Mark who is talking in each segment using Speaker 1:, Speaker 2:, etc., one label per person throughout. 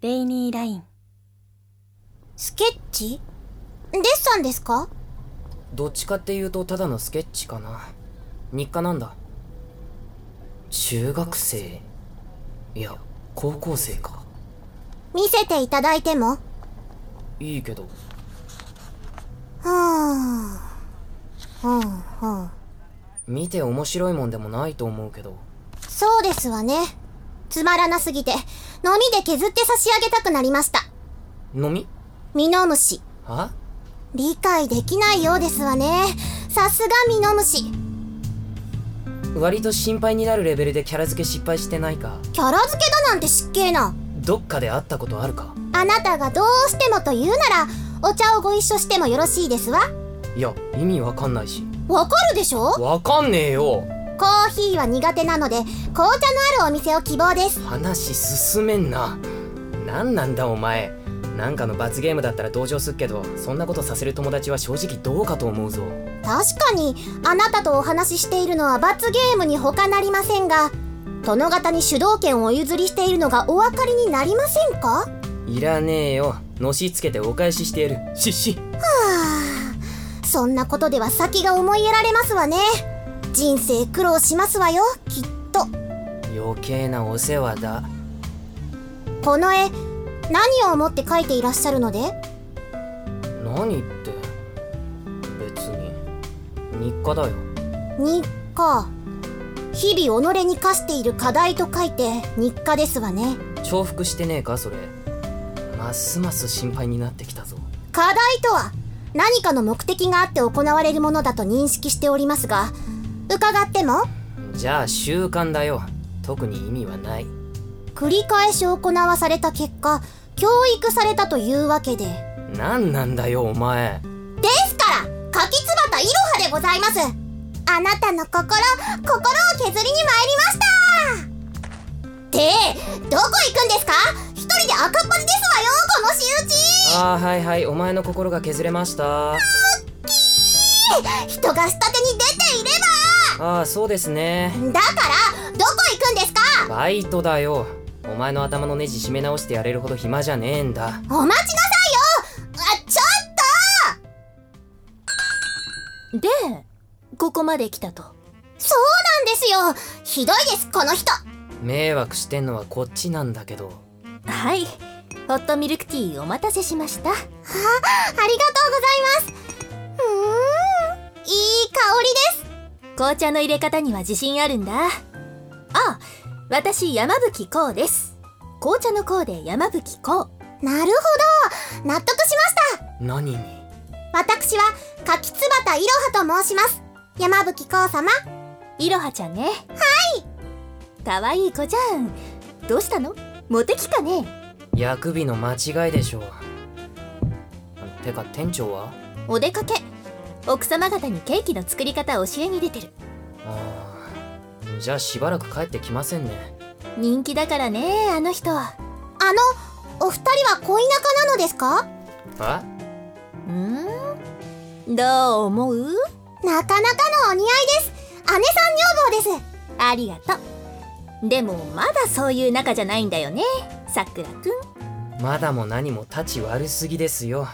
Speaker 1: ベイニーライン。
Speaker 2: スケッチデッサンですか
Speaker 3: どっちかっていうとただのスケッチかな日課なんだ中学生いや高校生か
Speaker 2: 見せていただいても
Speaker 3: いいけど
Speaker 2: はぁ。はぁ、は
Speaker 3: 見て面白いもんでもないと思うけど
Speaker 2: ぁ。そうですわね。つまらなすぎて、のみで削って差し上げたくなりました。
Speaker 3: 飲み
Speaker 2: ミノムシ。
Speaker 3: あ
Speaker 2: 理解できないようですわね。さすがミノムシ。
Speaker 3: 割と心配になるレベルでキャラ付け失敗してないか
Speaker 2: キャラ付けだなんて失敬な。
Speaker 3: どっかで会ったことあるか
Speaker 2: あなたがどうしてもと言うなら、お茶をご一緒してもよろしいですわ。
Speaker 3: いや意味わかんないし
Speaker 2: わかるでしょ
Speaker 3: わかんねえよ
Speaker 2: コーヒーは苦手なので、紅茶のあるお店を希望です。
Speaker 3: 話進めんな何なんだお前なんかの罰ゲームだったら同情すっけどそんなことさせる友達は正直どうかと思うぞ
Speaker 2: 確かにあなたとお話ししているのは罰ゲームに他なりませんが殿方に主導権をお譲りしているのがお分かりになりませんかはい
Speaker 3: らねえよのしつけてお返ししてやるしっし
Speaker 2: あそんなことでは先が思いやられますわね人生苦労しますわよきっと
Speaker 3: 余計なお世話だ
Speaker 2: この絵何を思って描いていらっしゃるので
Speaker 3: 何って別に日課だよ
Speaker 2: 日課日々己に課している課題と書いて日課ですわね
Speaker 3: 重複してねえかそれますます心配になってきたぞ
Speaker 2: 課題とは何かの目的があって行われるものだと認識しておりますが伺っても
Speaker 3: じゃあ習慣だよ特に意味はない
Speaker 2: 繰り返し行わされた結果教育されたというわけで
Speaker 3: 何なんだよお前
Speaker 2: ですから柿つばたいろはでございますあなたの心心を削りに参りましたでどこ行くんですか一人で赤っ恥ですわよこの仕打ち
Speaker 3: ああはいはいお前の心が削れましたあ
Speaker 2: 人が下手に出ていれ
Speaker 3: あそうですね
Speaker 2: ばだからどこ行くんですか
Speaker 3: バイトだよお前の頭のネジ締め直してやれるほど暇じゃねえんだ
Speaker 2: お待ちなさいよあちょっと
Speaker 1: で、ここまで来たと。
Speaker 2: そうなんですよひどいですこの人
Speaker 3: 迷惑してんのはこっちなんだけど
Speaker 1: はい。ホットミルクティーお待たせしました。
Speaker 2: ありがとうございますうーんいい香りです
Speaker 1: 紅茶の入れ方には自信あるんだ。あ、私山吹こうです。紅茶のこうで山吹こう。
Speaker 2: なるほど納得しました
Speaker 3: 何に
Speaker 2: 私は柿つばたいろはと申します山吹こう様
Speaker 1: いろはちゃんね。はい。かわいい子じゃん。どうしたのモテ期かね
Speaker 3: 薬日の間違いでしょうてか店長は
Speaker 1: お出かけ。奥様方にケーキの作り方を教えに出てる。
Speaker 3: ああじゃあしばらく帰ってきませんね
Speaker 1: 人気だからね、あの人。
Speaker 2: あのお二人は恋仲なのですか
Speaker 3: あ
Speaker 1: うーんどう思う
Speaker 2: なかなかのお似合いです姉さん女房です
Speaker 1: ありがとうでもまだそういう仲じゃないんだよねさくらくん
Speaker 3: まだも何も立ち悪すぎですよ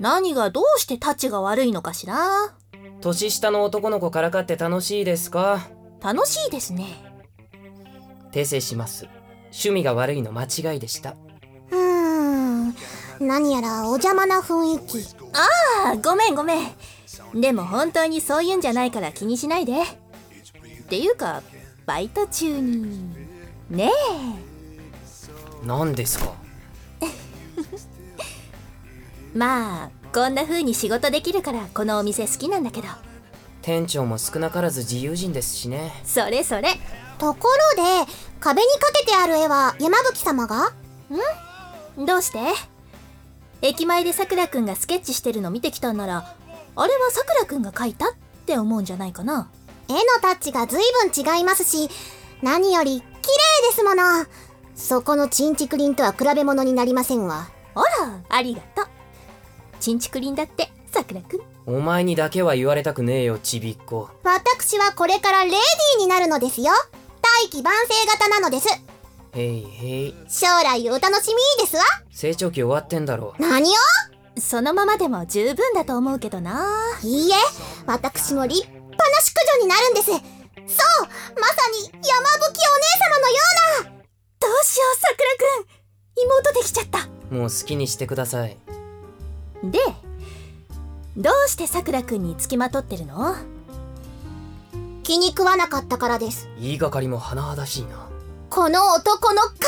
Speaker 1: 何がどうしてタチが悪いのかしら
Speaker 3: 年下の男の子からかって楽しいですか
Speaker 1: 楽しいですね
Speaker 3: 訂正します趣味が悪いの間違いでした
Speaker 2: うーん何やらお邪魔な雰囲気
Speaker 1: あごめんごめんでも本当にそういうんじゃないから気にしないでっていうかバイト中にね
Speaker 3: 何ですか
Speaker 1: えまあこんな風に仕事できるからこのお店好きなんだけど
Speaker 3: 店長も少なからず自由人ですしね
Speaker 1: それそれ
Speaker 2: ところで壁にかけてある絵は山吹様が
Speaker 1: どうして駅前でさくらくんがスケッチしてるの見てきたんならあれはさくらくんが描いたって思うんじゃないかな
Speaker 2: 絵のタッチが随分違いますし何より綺麗ですものそこのチンチクリンとは比べ物になりませんわ
Speaker 1: あらありがとうちんちくりんだってさくらくん
Speaker 3: お前にだけは言われたくねえよちびっこ
Speaker 2: 私はこれからレディーになるのですよ大器晩成型なのです
Speaker 3: へいへい
Speaker 2: 将来お楽しみですわ
Speaker 3: 成長期終わってんだろ
Speaker 2: 何を
Speaker 1: そのままでも十分だと思うけどない
Speaker 2: いえ、私も立派な淑女になるんです。そう、まさに山吹お姉様のような
Speaker 1: どうしようさくらくん妹できちゃった
Speaker 3: うもう好きにしてください
Speaker 1: でどうしてさくらくんにつきまとってるの
Speaker 2: 気に食わなかったからです。
Speaker 3: 言いがかりも甚だしいな
Speaker 2: この男の顔が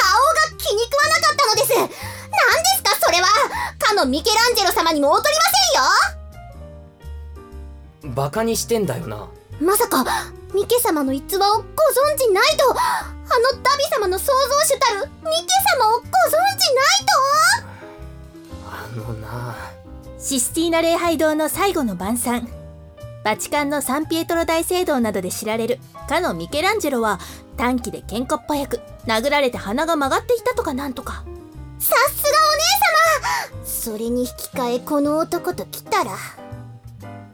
Speaker 2: 気に食わなかったのです。何ですかそれはかのミケランジェロ様にも劣り
Speaker 3: バカにしてんだよな
Speaker 2: ませんよまさか、ミケ様の逸話をご存知ないと、あのダビ様の創造主たるミケ様をご存知ないと
Speaker 3: あのな
Speaker 1: システィーナ礼拝堂の最後の晩餐バチカンのサンピエトロ大聖堂などで知られるかのミケランジェロは短期で喧嘩っ早く殴られて鼻が曲がっていたとかなんとか
Speaker 2: さすがお姉様それに引き換えこの男と来たら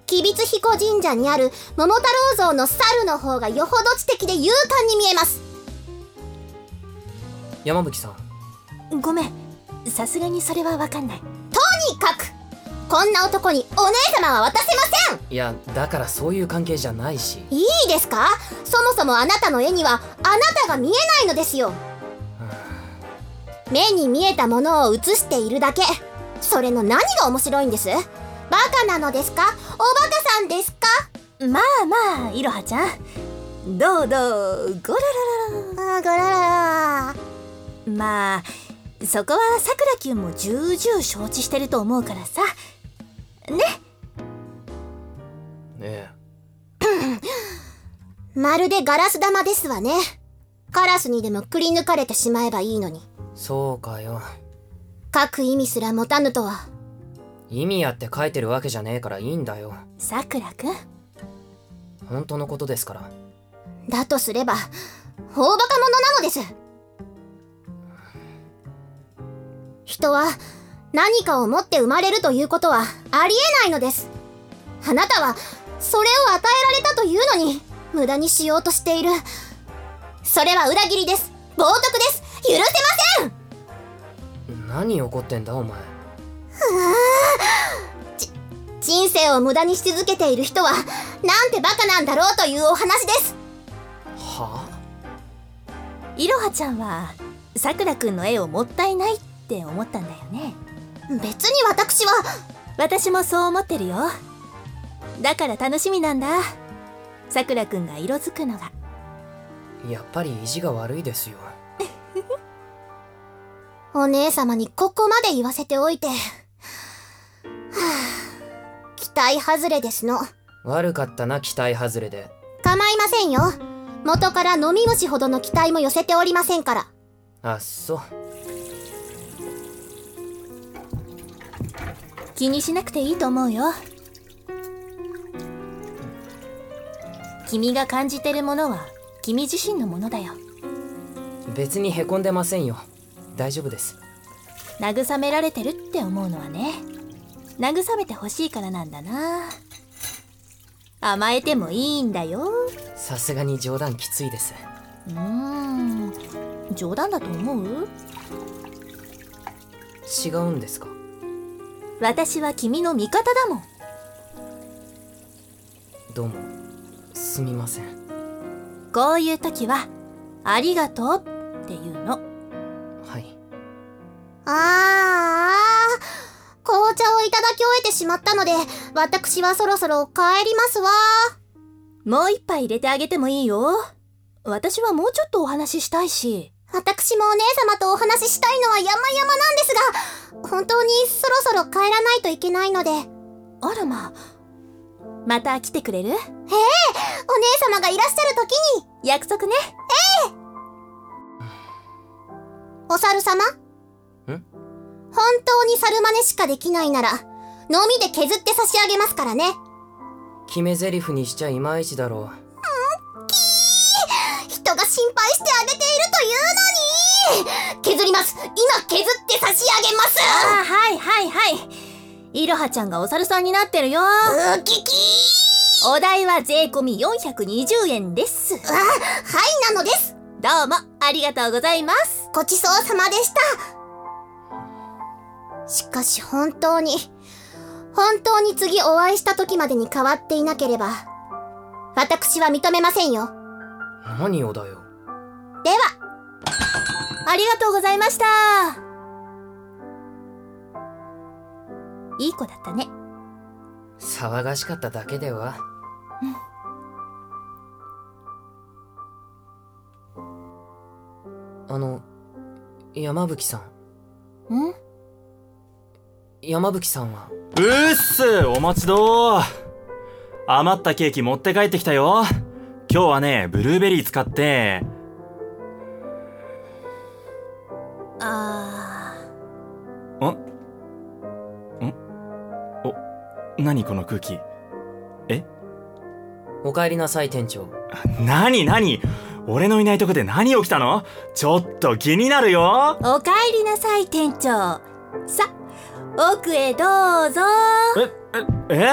Speaker 2: 吉備津彦神社にある桃太郎像の猿の方がよほど知的で勇敢に見えます
Speaker 3: 山吹さん
Speaker 1: ごめんさすがにそれは分かんない
Speaker 2: とにかくこんな男にお姉様は渡せません
Speaker 3: いやだからそういう関係じゃないし
Speaker 2: いいですかそもそもあなたの絵にはあなたが見えないのですよ目に見えたものを映しているだけそれの何が面白いんですバカなのですかおバカさんですか
Speaker 1: まあまあいろはちゃんどうどうゴロロロロ
Speaker 2: あーごららら
Speaker 1: まあそこはさくらきゅんも重々承知してると思うからさね
Speaker 3: え
Speaker 2: まるでガラス玉ですわね。カラスにでもくり抜かれてしまえばいいのに。
Speaker 3: えそうかよ
Speaker 2: 書く意味すら持たぬとは。
Speaker 3: 意味やって書いてるわけじゃねえからいいんだよ
Speaker 1: さくらくん
Speaker 3: 本当のことですから
Speaker 2: だとすれば、大バカ者なのです。人は何かを持って生まれるということはありえないのです。あなたはそれを与えられたというのに無駄にしようとしている。それは裏切りです。冒涜です。許せません
Speaker 3: 何怒ってんだお前
Speaker 2: 人生を無駄にし続けている人は、なんてバカなんだろうというお話です。
Speaker 3: はあ
Speaker 1: いろはちゃんはさくらくんの絵をもったいないって思ったんだよね
Speaker 2: 別に私は、
Speaker 1: 私もそう思ってるよだから楽しみなんださくらくんが色づくのが
Speaker 3: やっぱり意地が悪いですよ
Speaker 2: お姉様にここまで言わせておいて、は ぁ、期待外れですの。
Speaker 3: 悪かったな期待外れで
Speaker 2: 構いませんよ。元から飲み虫ほどの期待も寄せておりませんから。
Speaker 3: あっそ
Speaker 1: 気にしなくていいと思うよ君が感じてるものは君自身のものだよ
Speaker 3: 別にへこんでませんよ大丈夫です
Speaker 1: 慰められてるって思うのはね慰めてほしいからなんだな甘えてもいいんだよ
Speaker 3: さすがに冗談きついです
Speaker 1: うーん冗談だと思う
Speaker 3: 違うんですか
Speaker 1: 私は君の味方だもん
Speaker 3: どうもすみません
Speaker 1: こういう時は「ありがとう」っていうの
Speaker 3: はい
Speaker 2: あー、紅茶をいただき終えてしまったので、私はそろそろ帰りますわ。
Speaker 1: もう一杯入れてあげてもいいよ私はもうちょっとお話ししたいし
Speaker 2: 私もお姉様とお話ししたいのは山々なんですが、本当にそろそろ帰らないといけないので、お姉
Speaker 1: あらままた来てくれる
Speaker 2: 様がいらっしゃる時に、
Speaker 1: 約束ね
Speaker 2: お猿様ん本当に猿真似しかできないなら、のみで削って差し上げますからね。
Speaker 3: 決め台詞にしちゃいまいちだろ
Speaker 2: 人が心配してあげているというのに削ります今削って差し上げます
Speaker 1: ああはいはいはいいろはちゃんがお猿さんになってるよ
Speaker 2: うきき
Speaker 1: お代は税込み420円です
Speaker 2: あ、はいなのです
Speaker 1: どうもありがとうございます
Speaker 2: ごちそうさまでしたしかし本当に、本当に次お会いした時までに変わっていなければ、私は認めませんよ。
Speaker 3: 何をだよ
Speaker 2: では、
Speaker 1: ありがとうございましたいい子だったね
Speaker 3: 騒がしかっただけではあの山吹さん
Speaker 1: ん
Speaker 3: 山吹さんは
Speaker 4: うっすお待ちどう余ったケーキ持って帰ってきたよ今日はねブルーベリー使って
Speaker 1: あ
Speaker 4: んんお何この空気
Speaker 3: お帰りなさい店長
Speaker 4: 何何俺のいないとこで何起きたのちょっと気になるよ
Speaker 1: ーおかえりなさい店長さ奥へどうぞ
Speaker 4: ええ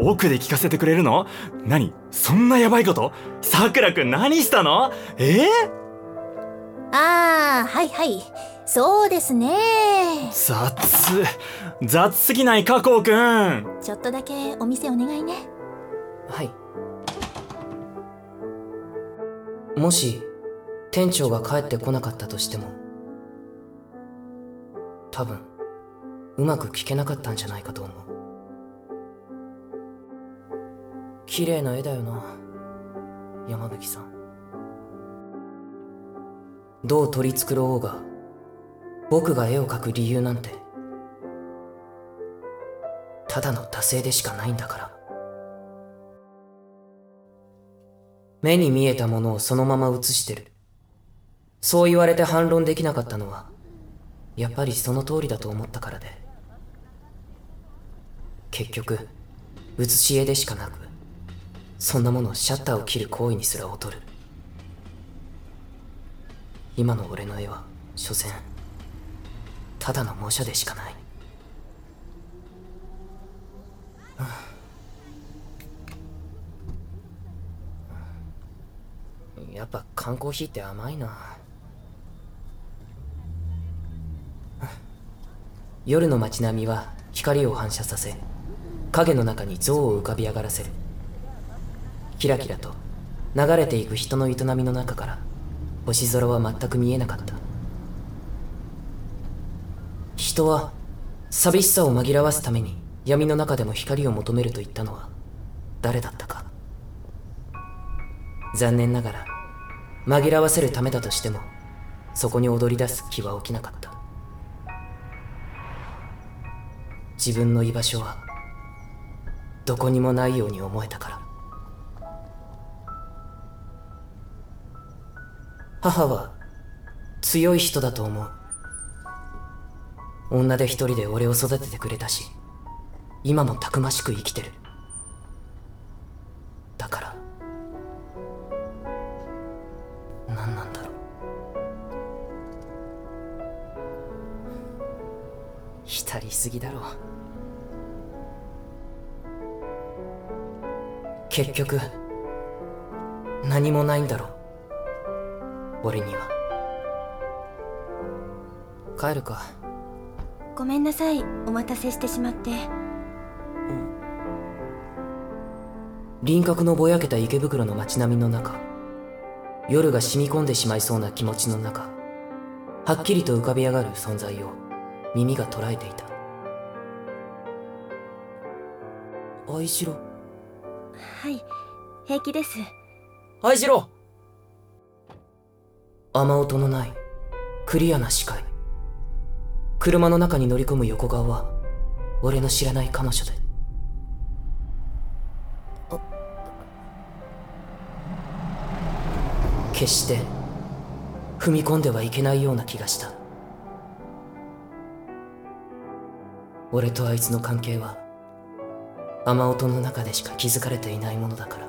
Speaker 4: 奥で聞かせてくれるの何そんなやばいことさくらくん何したのえ
Speaker 1: ああはいはいそうですね
Speaker 4: 雑雑すぎない加藤くん
Speaker 1: ちょっとだけお店お願いね
Speaker 3: はいもし店長が帰ってこなかったとしても多分うまく聞けなかったんじゃないかと思う綺麗な絵だよな山吹さんどう取り繕おうが僕が絵を描く理由なんてただの惰性でしかないんだから目に見えたものをそのまま映してる。そう言われて反論できなかったのは、やっぱりその通りだと思ったからで。結局、写し絵でしかなく、そんなものをシャッターを切る行為にすら劣る。今の俺の絵は、所詮、ただの模写でしかない。やっぱ缶コーヒーって甘いな 夜の街並みは光を反射させ影の中に像を浮かび上がらせるキラキラと流れていく人の営みの中から星空は全く見えなかった人は寂しさを紛らわすために闇の中でも光を求めると言ったのは誰だったか残念ながら紛らわせるためだとしてもそこに踊り出す気は起きなかった自分の居場所はどこにもないように思えたから母は強い人だと思う女で一人で俺を育ててくれたし今もたくましく生きてるだから何なんだろう浸りすぎだろ結局何もないんだろう俺には帰るか
Speaker 1: ごめんなさいお待たせしてしまって
Speaker 3: 輪郭のぼやけた池袋の街並みの中夜が染み込んでしまいそうな気持ちの中はっきりと浮かび上がる存在を耳が捉えていた愛しろ
Speaker 1: はい平気です
Speaker 3: 愛しろ雨音のないクリアな視界車の中に乗り込む横顔は俺の知らない彼女で決して踏み込んではいけないような気がした俺とあいつの関係は雨音の中でしか気づかれていないものだから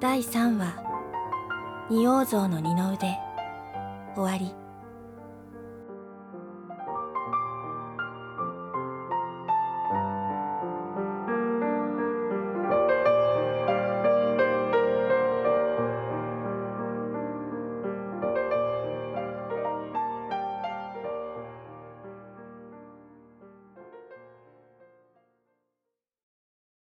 Speaker 1: 第3話「仁王像の二の腕」終わり